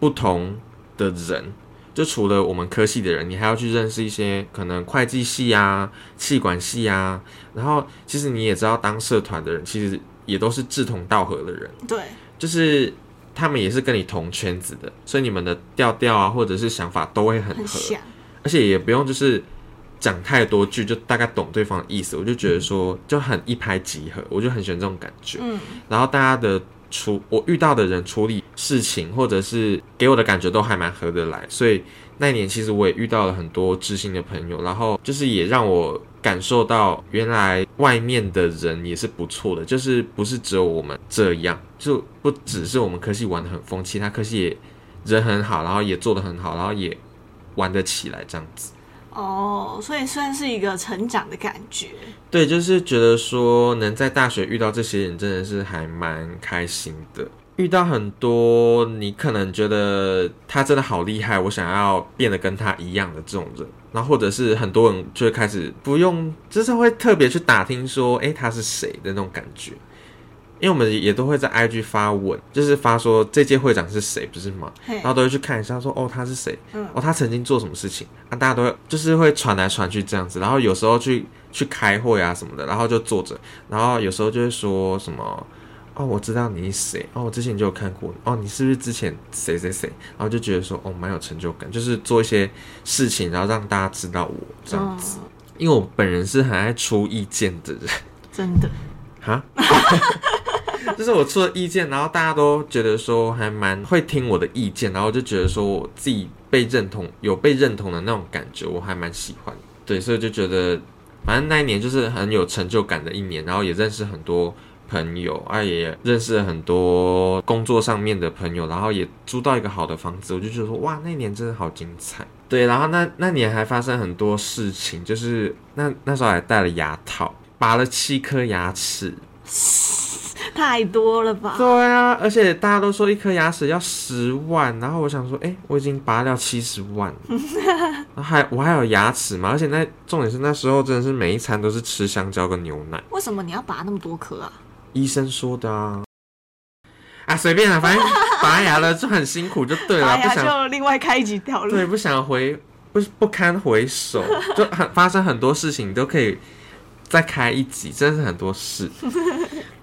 [SPEAKER 2] 不同的人，就除了我们科系的人，你还要去认识一些可能会计系啊、气管系啊，然后其实你也知道，当社团的人其实也都是志同道合的人，
[SPEAKER 1] 对，
[SPEAKER 2] 就是他们也是跟你同圈子的，所以你们的调调啊，或者是想法都会很
[SPEAKER 1] 很
[SPEAKER 2] 合，
[SPEAKER 1] 像，
[SPEAKER 2] 而且也不用就是讲太多句，就大概懂对方的意思。我就觉得说就很一拍即合，我就很喜欢这种感觉。
[SPEAKER 1] 嗯，
[SPEAKER 2] 然后大家的处我遇到的人处理事情，或者是给我的感觉都还蛮合得来，所以那一年其实我也遇到了很多知心的朋友，然后就是也让我感受到原来外面的人也是不错的，就是不是只有我们这样，就不只是我们科系玩的很疯，其他科系也人很好，然后也做的很好，然后也玩得起来这样子。
[SPEAKER 1] 哦，所以算是一个成长的感觉。
[SPEAKER 2] 对，就是觉得说能在大学遇到这些人，真的是还蛮开心的。遇到很多你可能觉得他真的好厉害，我想要变得跟他一样的这种人，然后或者是很多人就会开始不用，就是会特别去打听说，诶，他是谁的那种感觉。因为我们也都会在 IG 发文，就是发说这届会长是谁，不是吗？
[SPEAKER 1] 嘿
[SPEAKER 2] 然，后都会去看一下说，哦他是谁，
[SPEAKER 1] 嗯
[SPEAKER 2] 哦他曾经做什么事情啊，大家都会就是会传来传去这样子，然后有时候去去开会啊什么的，然后就坐着，然后有时候就会说什么。哦，我知道你是谁。哦，我之前就有看过你。哦，你是不是之前谁谁谁？然后就觉得说，哦，蛮有成就感，就是做一些事情，然后让大家知道我这样子。
[SPEAKER 1] 嗯
[SPEAKER 2] 因为我本人是很爱出意见的人，
[SPEAKER 1] 真的，
[SPEAKER 2] 哈， 就是我出了意见，然后大家都觉得说还蛮会听我的意见，然后就觉得说我自己被认同，有被认同的那种感觉，我还蛮喜欢。对，所以就觉得反正那一年就是很有成就感的一年，然后也认识很多朋友，啊，也认识了很多工作上面的朋友，然后也租到一个好的房子，我就觉得说哇，那一年真的好精彩。对，然后那那年还发生很多事情，就是那那时候还戴了牙套，拔了七颗牙齿。
[SPEAKER 1] 太多了吧？
[SPEAKER 2] 对啊，而且大家都说一颗牙齿要十万，然后我想说，哎、我已经拔掉七十万了， 然后还我还有牙齿嘛，而且那重点是那时候真的是每一餐都是吃香蕉跟牛奶，
[SPEAKER 1] 为什么你要拔那么多颗啊？
[SPEAKER 2] 医生说的啊，啊随便啦、反正拔牙了就很辛苦就对了，
[SPEAKER 1] 拔
[SPEAKER 2] 不
[SPEAKER 1] 牙
[SPEAKER 2] 想
[SPEAKER 1] 哎就另外开一集讨
[SPEAKER 2] 对
[SPEAKER 1] 论。
[SPEAKER 2] 不想回不不堪回首，就很发生很多事情你都可以再开一集，真是很多事。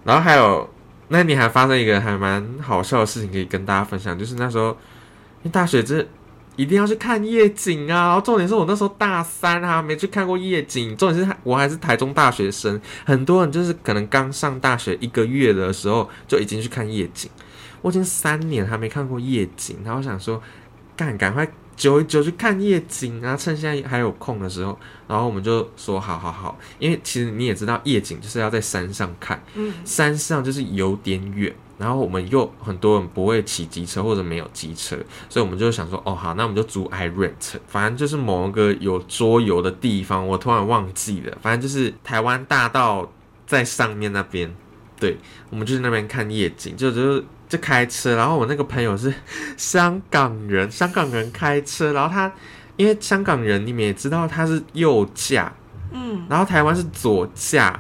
[SPEAKER 2] 然后还有，那你还发生一个还蛮好笑的事情可以跟大家分享，就是那时候因为大学真的一定要去看夜景啊，然后重点是我那时候大三啊，没去看过夜景，重点是我还是台中大学生，很多人就是可能刚上大学一个月的时候就已经去看夜景，我已经三年还没看过夜景，然后想说，干赶快揪一揪去看夜景啊，趁现在还有空的时候，然后我们就说好好好，因为其实你也知道夜景就是要在山上看。
[SPEAKER 1] 嗯，
[SPEAKER 2] 山上就是有点远，然后我们又很多人不会骑机车或者没有机车，所以我们就想说，哦好，那我们就租 iRent，反正就是某一个有桌游的地方，我突然忘记了，反正就是台湾大道在上面那边，对，我们就去那边看夜景，就就是。就开车，然后我那个朋友是香港人，香港人开车，然后他因为香港人你们也知道他是右驾，
[SPEAKER 1] 嗯，
[SPEAKER 2] 然后台湾是左驾，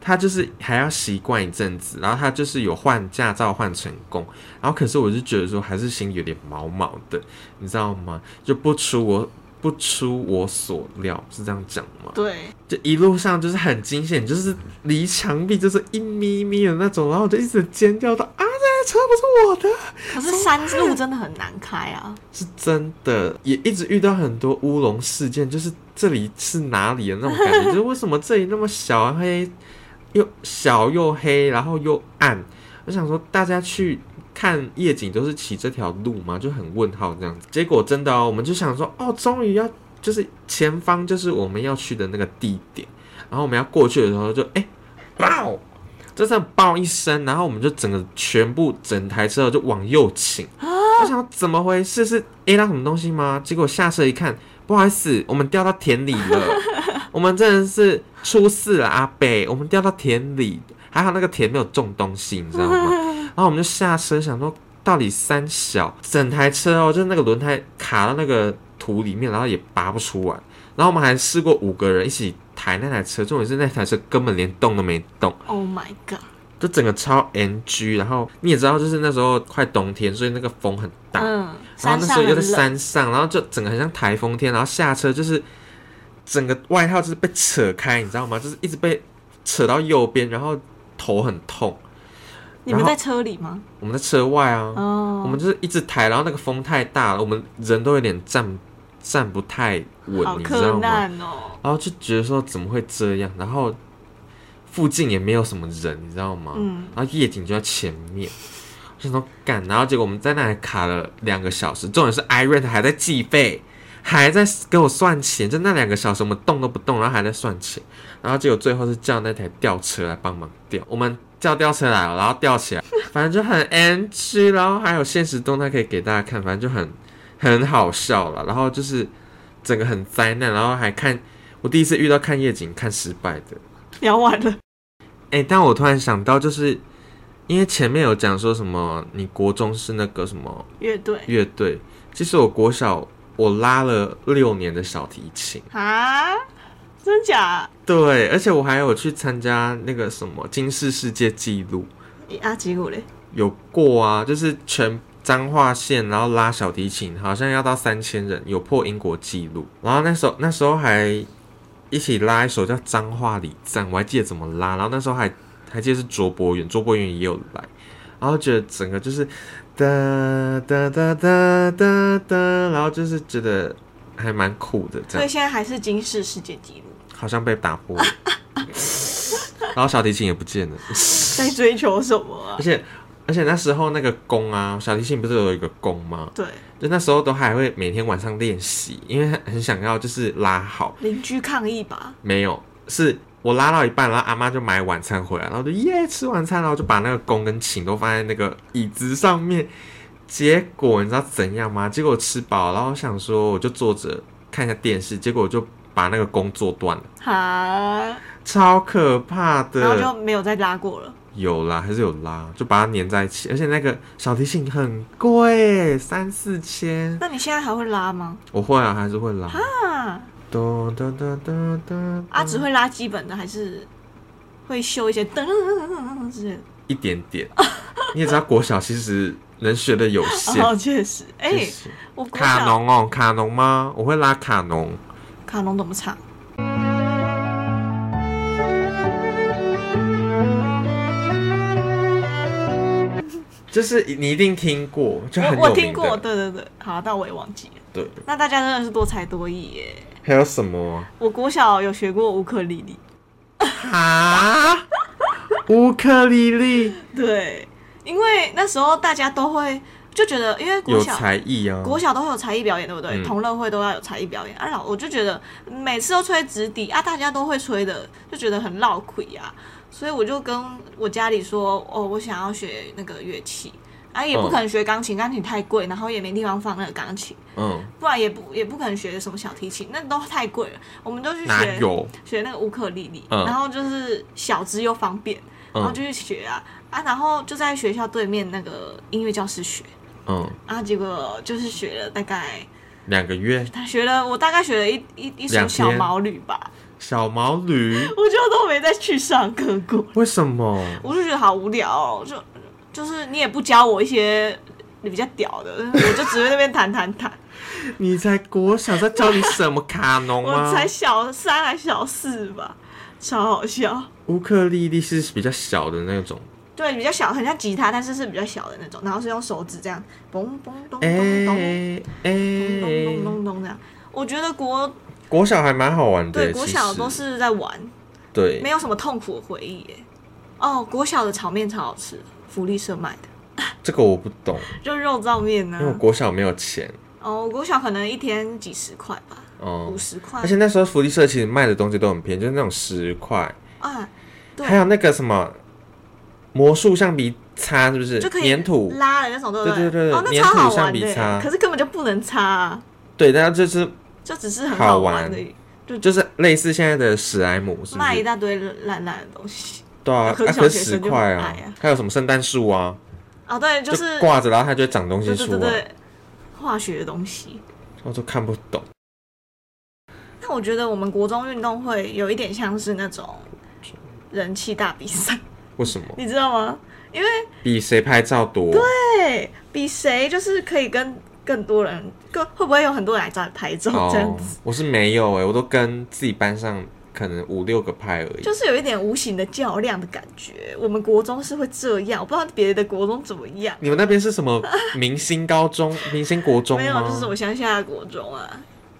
[SPEAKER 2] 他就是还要习惯一阵子，然后他就是有换驾照换成功，然后可是我就觉得说还是心里有点毛毛的，你知道吗？就不出我。不不出我所料，是这样讲吗？
[SPEAKER 1] 对，
[SPEAKER 2] 就一路上就是很惊险，就是离墙壁就是一咪咪的那种，然后我就一直尖叫到啊，这台车不是我的，
[SPEAKER 1] 可是山路真的很难开啊。
[SPEAKER 2] 是真的，也一直遇到很多乌龙事件，就是这里是哪里的那种感觉，就是为什么这里那么小黑，又小又黑，然后又暗。我想说，大家去看夜景都是骑这条路吗？就很问号这样子。结果真的哦，我们就想说，哦，终于要就是前方就是我们要去的那个地点，然后我们要过去的时候就哎，爆！就这样爆一声，然后我们就整个全部整台车就往右倾。我想怎么回事？是 A 到什么东西吗？结果下车一看，不好意思，我们掉到田里了。我们真的是出事了，阿北，我们掉到田里，还好那个田没有种东西，你知道吗？然后我们就下车想说，到底三小整台车哦，就是那个轮胎卡到那个土里面，然后也拔不出来。然后我们还试过五个人一起抬那台车，重点是那台车根本连动都没动。
[SPEAKER 1] Oh my god！
[SPEAKER 2] 就整个超 NG，然后你也知道，就是那时候快冬天，所以那个风很大，
[SPEAKER 1] 嗯，
[SPEAKER 2] 然
[SPEAKER 1] 山
[SPEAKER 2] 后那时
[SPEAKER 1] 上
[SPEAKER 2] 候又在
[SPEAKER 1] 很冷，
[SPEAKER 2] 山上，然后就整个很像台风天，然后下车就是整个外套就是被扯开，你知道吗？就是一直被扯到右边，然后头很痛。
[SPEAKER 1] 你们
[SPEAKER 2] 然后
[SPEAKER 1] 在车里吗？
[SPEAKER 2] 我们在车外啊，
[SPEAKER 1] 哦，
[SPEAKER 2] 我们就是一直抬，然后那个风太大了，我们人都有点站站不太稳
[SPEAKER 1] 好，
[SPEAKER 2] 你知道
[SPEAKER 1] 困
[SPEAKER 2] 吗？
[SPEAKER 1] 难哦。
[SPEAKER 2] 然后就觉得说怎么会这样，然后附近也没有什么人，你知道吗？
[SPEAKER 1] 嗯，
[SPEAKER 2] 然后夜景就在前面，我想说干，然后结果我们在那里卡了两个小时，重点是 iRent 还在计费，还在给我算钱，就那两个小时我们动都不动，然后还在算钱，然后结果最后是叫那台吊车来帮忙吊，我们叫吊车来了，然后吊起来， 反正就很 NG，然后还有现实动态可以给大家看，反正就很很好笑了，然后就是整个很灾难，然后还看我第一次遇到看夜景看失败的。
[SPEAKER 1] 聊完了，
[SPEAKER 2] 哎、但我突然想到，就是因为前面有讲说什么，你国中是那个什么
[SPEAKER 1] 乐 队
[SPEAKER 2] 乐队，其实我国小我拉了六年的小提琴，
[SPEAKER 1] 啊，真假？
[SPEAKER 2] 对，而且我还有去参加那个什么金氏世界纪录，
[SPEAKER 1] 阿啊吉古嘞，
[SPEAKER 2] 有过啊，就是全彰化县，然后拉小提琴，好像要到三千人，有破英国纪录。然后那时候那时候还一起拉一首叫《彰化礼赞》，我还记得怎么拉。然后那时候还还记得是卓博远，卓博远也有来。然后觉得整个就是哒哒哒哒哒哒，然后就是觉得还蛮酷的，这
[SPEAKER 1] 所以
[SPEAKER 2] 样
[SPEAKER 1] 现在还是金氏世界纪录，
[SPEAKER 2] 好像被打破了。然后小提琴也不见了。
[SPEAKER 1] 在追求什么啊
[SPEAKER 2] 而？且而且那时候那个弓啊，小提琴不是有一个弓吗？
[SPEAKER 1] 对，
[SPEAKER 2] 就那时候都还会每天晚上练习，因为很想要就是拉好。
[SPEAKER 1] 邻居抗议吧。
[SPEAKER 2] 没有，是我拉到一半，然后阿妈就买晚餐回来，然后我就耶吃晚餐，然后就把那个弓跟琴都放在那个椅子上面。结果你知道怎样吗？结果我吃饱，然后我想说我就坐着看一下电视，结果我就把那个弓坐断了，
[SPEAKER 1] 哈，
[SPEAKER 2] 超可怕的。
[SPEAKER 1] 然后就没有再拉过了。
[SPEAKER 2] 有啦，还是有拉，就把它粘在一起。而且那个小提琴很贵，三四千。
[SPEAKER 1] 那你现在还会拉吗？
[SPEAKER 2] 我会啊，还是会拉。
[SPEAKER 1] 啊，
[SPEAKER 2] 咚咚咚咚咚，
[SPEAKER 1] 啊，只会拉基本的，还是会修一些噔之类的。
[SPEAKER 2] 一点点。 你也知道，国小其实能学的有限。
[SPEAKER 1] 哦，确实，哎、
[SPEAKER 2] 确实
[SPEAKER 1] 我国
[SPEAKER 2] 卡
[SPEAKER 1] 小
[SPEAKER 2] 农哦，卡农吗？我会拉卡农。
[SPEAKER 1] 卡农怎么唱？
[SPEAKER 2] 就是你一定听过，就很有名
[SPEAKER 1] 我我听过，
[SPEAKER 2] 的。
[SPEAKER 1] 对对对，好，但我也忘记了。
[SPEAKER 2] 对，
[SPEAKER 1] 那大家真的是多才多艺耶！
[SPEAKER 2] 还有什么
[SPEAKER 1] 我国小有学过乌克丽丽，
[SPEAKER 2] 啊？乌克丽丽
[SPEAKER 1] 对，因为那时候大家都会就觉得，因为国
[SPEAKER 2] 有
[SPEAKER 1] 小
[SPEAKER 2] 才艺啊。
[SPEAKER 1] 国小都会有才艺表演，对不对？
[SPEAKER 2] 嗯
[SPEAKER 1] 同乐会都要有才艺表演。啊，老我就觉得每次都吹直笛啊，大家都会吹的，就觉得很绕口啊。所以我就跟我家里说，哦，我想要学那个乐器啊，也不
[SPEAKER 2] 嗯
[SPEAKER 1] 可能学钢琴，钢琴太贵，然后也没地方放那个钢琴，
[SPEAKER 2] 嗯，
[SPEAKER 1] 不然也不也不可能学什么小提琴，那都太贵了。我们就去
[SPEAKER 2] 哪
[SPEAKER 1] 学
[SPEAKER 2] 有？
[SPEAKER 1] 学那个乌克丽丽，
[SPEAKER 2] 嗯
[SPEAKER 1] 然后就是小资又方便，然后
[SPEAKER 2] 嗯
[SPEAKER 1] 就去学啊、啊，然后就在学校对面那个音乐教室学。
[SPEAKER 2] 嗯，
[SPEAKER 1] 啊，结果就是学了大概，
[SPEAKER 2] 两个月。
[SPEAKER 1] 他学了我大概学了一一一首
[SPEAKER 2] 两
[SPEAKER 1] 小
[SPEAKER 2] 天
[SPEAKER 1] 毛驴吧，
[SPEAKER 2] 小毛驴，
[SPEAKER 1] 我就都没再去上课过，
[SPEAKER 2] 为什么？
[SPEAKER 1] 我就觉得好无聊、哦，就 就是你也不教我一些比较屌的，我就只会那边弹弹弹，
[SPEAKER 2] 你才国小，在教你什么卡 农
[SPEAKER 1] 我才
[SPEAKER 2] 吗？
[SPEAKER 1] 小三还小四吧，超好笑。
[SPEAKER 2] 乌克丽丽是比较小的那种，
[SPEAKER 1] 对，比较小，很像吉他，但是是比较小的那种，然后是用手指这样嘣嘣咚咚咚咚
[SPEAKER 2] 哎
[SPEAKER 1] 咚咚
[SPEAKER 2] 哎，
[SPEAKER 1] 咚咚这样。我觉得国
[SPEAKER 2] 国小还蛮好玩的，
[SPEAKER 1] 对国小
[SPEAKER 2] 其实
[SPEAKER 1] 都是在玩，
[SPEAKER 2] 对
[SPEAKER 1] 没有什么痛苦的回忆耶。哦，国小的炒面超好吃，福利社卖的，
[SPEAKER 2] 这个我不懂，
[SPEAKER 1] 就肉燥面呢、
[SPEAKER 2] 因为我国小没有钱
[SPEAKER 1] 哦，国小可能一天几十块吧，
[SPEAKER 2] 哦
[SPEAKER 1] 五。十块
[SPEAKER 2] 而且那时候福利社其实卖的东西都很便宜，就是那种十块，
[SPEAKER 1] 啊，对
[SPEAKER 2] 还有那个什么魔术橡皮擦，是不是
[SPEAKER 1] 就可？以
[SPEAKER 2] 粘土，
[SPEAKER 1] 拉的那种，对不
[SPEAKER 2] 对对对
[SPEAKER 1] 哦，那
[SPEAKER 2] 粘
[SPEAKER 1] 超
[SPEAKER 2] 土
[SPEAKER 1] 好
[SPEAKER 2] 橡
[SPEAKER 1] 玩
[SPEAKER 2] 皮
[SPEAKER 1] 的耶
[SPEAKER 2] 擦，
[SPEAKER 1] 可是根本就不能擦、啊，
[SPEAKER 2] 对，但就是
[SPEAKER 1] 就只是很
[SPEAKER 2] 好
[SPEAKER 1] 好
[SPEAKER 2] 玩
[SPEAKER 1] 玩的，
[SPEAKER 2] 就是类似现在的史莱姆，是不
[SPEAKER 1] 卖一
[SPEAKER 2] 是？
[SPEAKER 1] 大堆烂烂的东西。
[SPEAKER 2] 对啊，啊
[SPEAKER 1] 可是小
[SPEAKER 2] 可是
[SPEAKER 1] 学
[SPEAKER 2] 十
[SPEAKER 1] 生就
[SPEAKER 2] 块
[SPEAKER 1] 很
[SPEAKER 2] 啊
[SPEAKER 1] 矮啊，
[SPEAKER 2] 还有什么圣诞树啊，
[SPEAKER 1] 哦，对，就是
[SPEAKER 2] 挂着，然后它就会长东西
[SPEAKER 1] 对对
[SPEAKER 2] 出
[SPEAKER 1] 对
[SPEAKER 2] 来，
[SPEAKER 1] 对，化学的东西。
[SPEAKER 2] 我都看不懂。
[SPEAKER 1] 那我觉得我们国中运动会有一点像是那种人气大比赛，
[SPEAKER 2] 为什么
[SPEAKER 1] 你知道吗？因为
[SPEAKER 2] 比谁拍照多？
[SPEAKER 1] 对啊比谁就是可以跟更多人，更会不会有很多人来找你拍照
[SPEAKER 2] 哦
[SPEAKER 1] 这样子，
[SPEAKER 2] 我是没有哎、我都跟自己班上可能五六个拍而已。
[SPEAKER 1] 就是有一点无形的较量的感觉。我们国中是会这样，我不知道别的国中怎么样。
[SPEAKER 2] 你们那边是什么明星高中、 明星国中吗？
[SPEAKER 1] 没有，就是我乡下的国中啊，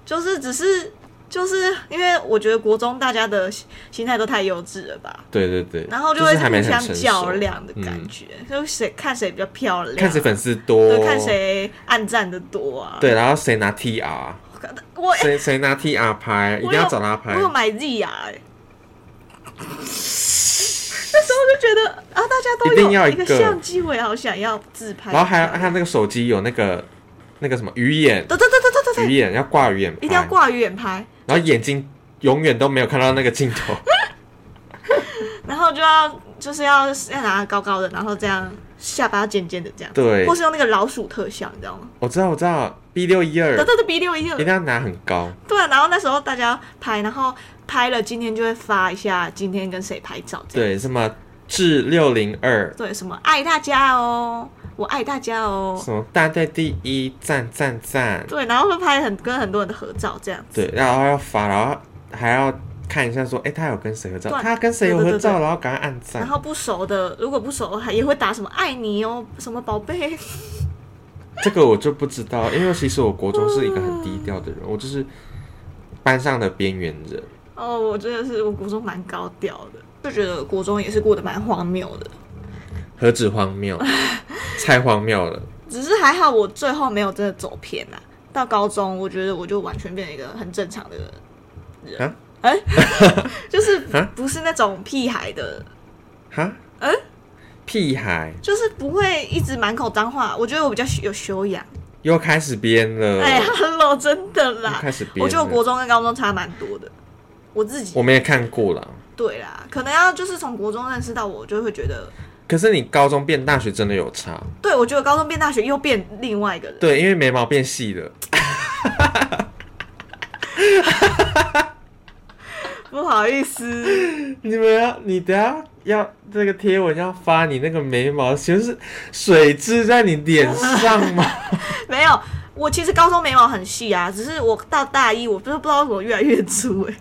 [SPEAKER 1] 就是只是就是因为我觉得国中大家的心心态都太幼稚了吧，
[SPEAKER 2] 对对对，
[SPEAKER 1] 然后
[SPEAKER 2] 就
[SPEAKER 1] 会
[SPEAKER 2] 是还没
[SPEAKER 1] 互
[SPEAKER 2] 很
[SPEAKER 1] 相
[SPEAKER 2] 成熟
[SPEAKER 1] 较量的感
[SPEAKER 2] 嗯
[SPEAKER 1] 觉，就谁看谁比较漂亮，
[SPEAKER 2] 看谁粉丝多
[SPEAKER 1] 对，，看谁暗赞的多啊。
[SPEAKER 2] 对，然后谁拿 TR，
[SPEAKER 1] 我
[SPEAKER 2] 谁谁拿 TR 拍，一
[SPEAKER 1] 我
[SPEAKER 2] 定要
[SPEAKER 1] 有
[SPEAKER 2] 找他拍
[SPEAKER 1] 我。有买 Z 牙、 欸，那时候就觉得啊，大家都
[SPEAKER 2] 一定要
[SPEAKER 1] 有
[SPEAKER 2] 一
[SPEAKER 1] 个
[SPEAKER 2] 个
[SPEAKER 1] 相机，我也好想要自拍。
[SPEAKER 2] 然后还有他那个手机有那个那个什么鱼眼，
[SPEAKER 1] 对对对对对对
[SPEAKER 2] 鱼
[SPEAKER 1] 对，
[SPEAKER 2] 眼要挂鱼眼，
[SPEAKER 1] 一定要。挂远拍，
[SPEAKER 2] 然后眼睛永远都没有看到那个镜头，
[SPEAKER 1] 然后就要就是要要拿高高的，然后这样下巴尖尖的这样，
[SPEAKER 2] 对
[SPEAKER 1] 或，是用那个老鼠特效，你知道吗？
[SPEAKER 2] 我知道，我知道，B 六一
[SPEAKER 1] 对
[SPEAKER 2] 二
[SPEAKER 1] 对对，鼻六一
[SPEAKER 2] 一定要拿很高，
[SPEAKER 1] 对啊，然后那时候大家拍，然后拍了，今天就会发一下今天跟谁拍照这样。
[SPEAKER 2] 对，什么至六零二，
[SPEAKER 1] 对，什么爱大家哦，我爱大家哦。
[SPEAKER 2] 什么大队第一，赞赞赞，
[SPEAKER 1] 对，然后会拍很跟很多人的合照这样子。
[SPEAKER 2] 对，然后要发，然后还要看一下说，哎、他有跟谁合照，
[SPEAKER 1] 对
[SPEAKER 2] 他跟谁有
[SPEAKER 1] 对
[SPEAKER 2] 合
[SPEAKER 1] 对
[SPEAKER 2] 照，
[SPEAKER 1] 对
[SPEAKER 2] 然后赶快按
[SPEAKER 1] 然
[SPEAKER 2] 赞。
[SPEAKER 1] 后不熟的，如果不熟还也会打什么爱你哦，什么宝贝。
[SPEAKER 2] 这个我就不知道，因为其实我国中是一个很低调的
[SPEAKER 1] 嗯
[SPEAKER 2] 人，我就是班上的边缘人。
[SPEAKER 1] 哦，我真的是我国中蛮高调的，就觉得国中也是过得蛮荒谬的。
[SPEAKER 2] 何止荒 谬，太荒谬了！
[SPEAKER 1] 只是还好我最后没有真的走偏啦。到高中，我觉得我就完全变成一个很正常的人，哎
[SPEAKER 2] 啊、
[SPEAKER 1] 就是
[SPEAKER 2] 啊
[SPEAKER 1] 不是那种屁孩的，
[SPEAKER 2] 哈，
[SPEAKER 1] 嗯
[SPEAKER 2] 屁孩
[SPEAKER 1] 就是不会一直满口脏话。我觉得我比较有修养。
[SPEAKER 2] 又开始编了，
[SPEAKER 1] 哎，Hello，真的
[SPEAKER 2] 又
[SPEAKER 1] 啦，
[SPEAKER 2] 开始编了。
[SPEAKER 1] 我觉得我国中跟高中差蛮多的。我自己
[SPEAKER 2] 我没有看过啦，
[SPEAKER 1] 对啦，可能要就是从国中认识到我，就会觉得，
[SPEAKER 2] 可是你高中变大学真的有差，
[SPEAKER 1] 对我觉得高中变大学又变另外一个人。
[SPEAKER 2] 对，因为眉毛变细了，
[SPEAKER 1] 不好意思，
[SPEAKER 2] 你们要，你等下要这个贴文要发，你那个眉毛就是水渍在你脸上吗？
[SPEAKER 1] 没有。我其实高中眉毛很细啊，只是我到大一，我不是不知道为什么越来越粗哎、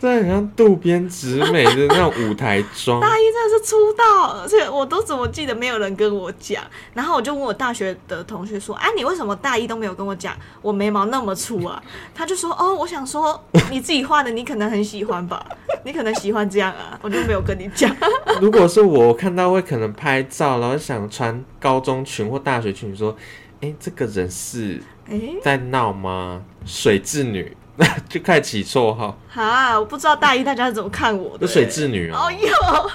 [SPEAKER 2] 这很像渡边直美的那种舞台妆。
[SPEAKER 1] 大一真的是出道，而且我都怎么记得没有人跟我讲，然后我就问我大学的同学说：“啊，你为什么大一都没有跟我讲我眉毛那么粗啊？”他就说：“哦，我想说你自己画的，你可能很喜欢吧，你可能喜欢这样啊。”我就没有跟你讲。
[SPEAKER 2] 如果是我，我看到会可能拍照，然后想穿高中裙或大学裙，说，哎、这个人是
[SPEAKER 1] 哎、
[SPEAKER 2] 在闹吗？水蛭女， 就开始起绰号，
[SPEAKER 1] 哈，我不知道大一大家是怎么看我
[SPEAKER 2] 那
[SPEAKER 1] 的、
[SPEAKER 2] 水蛭女啊、
[SPEAKER 1] 哦哟，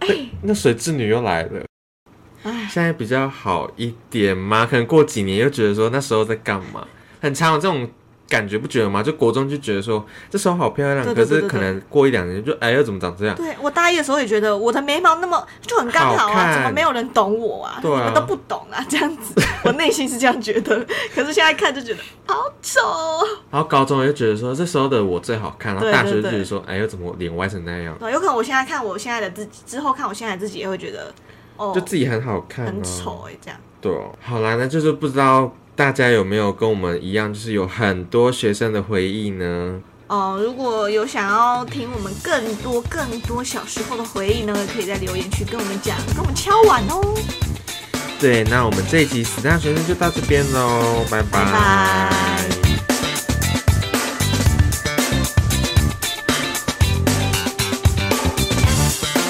[SPEAKER 1] 哎，
[SPEAKER 2] 那水蛭女又来了。
[SPEAKER 1] 哎，
[SPEAKER 2] 现在比较好一点吗？可能过几年又觉得说那时候在干嘛，很常有这种感觉，不觉得吗？就国中就觉得说这时候好漂亮，
[SPEAKER 1] 对对对对
[SPEAKER 2] 可是可能过一两年就哎又怎么长这样？
[SPEAKER 1] 对我大一的时候也觉得我的眉毛那么就很刚好
[SPEAKER 2] 好
[SPEAKER 1] 啊，
[SPEAKER 2] 看
[SPEAKER 1] 怎么没有人懂我啊？
[SPEAKER 2] 对啊
[SPEAKER 1] 你们都不懂啊，这样子， 我内心是这样觉得，可是现在看就觉得好丑哦。
[SPEAKER 2] 然后高中就觉得说这时候的我最好看，然后
[SPEAKER 1] 对
[SPEAKER 2] 大学
[SPEAKER 1] 对
[SPEAKER 2] 就
[SPEAKER 1] 对哦
[SPEAKER 2] 觉得说哎又怎么脸歪成那样，
[SPEAKER 1] 对，有可能我现在看我现在的自己，之后看我现在的自己也会觉得，哦，
[SPEAKER 2] 就自己很好看、啊，
[SPEAKER 1] 很丑哎、这样。
[SPEAKER 2] 对哦，好啦，那就是不知道大家有没有跟我们一样，就是有很多学生的回忆呢？
[SPEAKER 1] 哦，如果有想要听我们更多更多小时候的回忆呢，可以在留言区跟我们讲，跟我们敲碗哦。
[SPEAKER 2] 对，那我们这一集死大学生就到这边喽，拜
[SPEAKER 1] 拜拜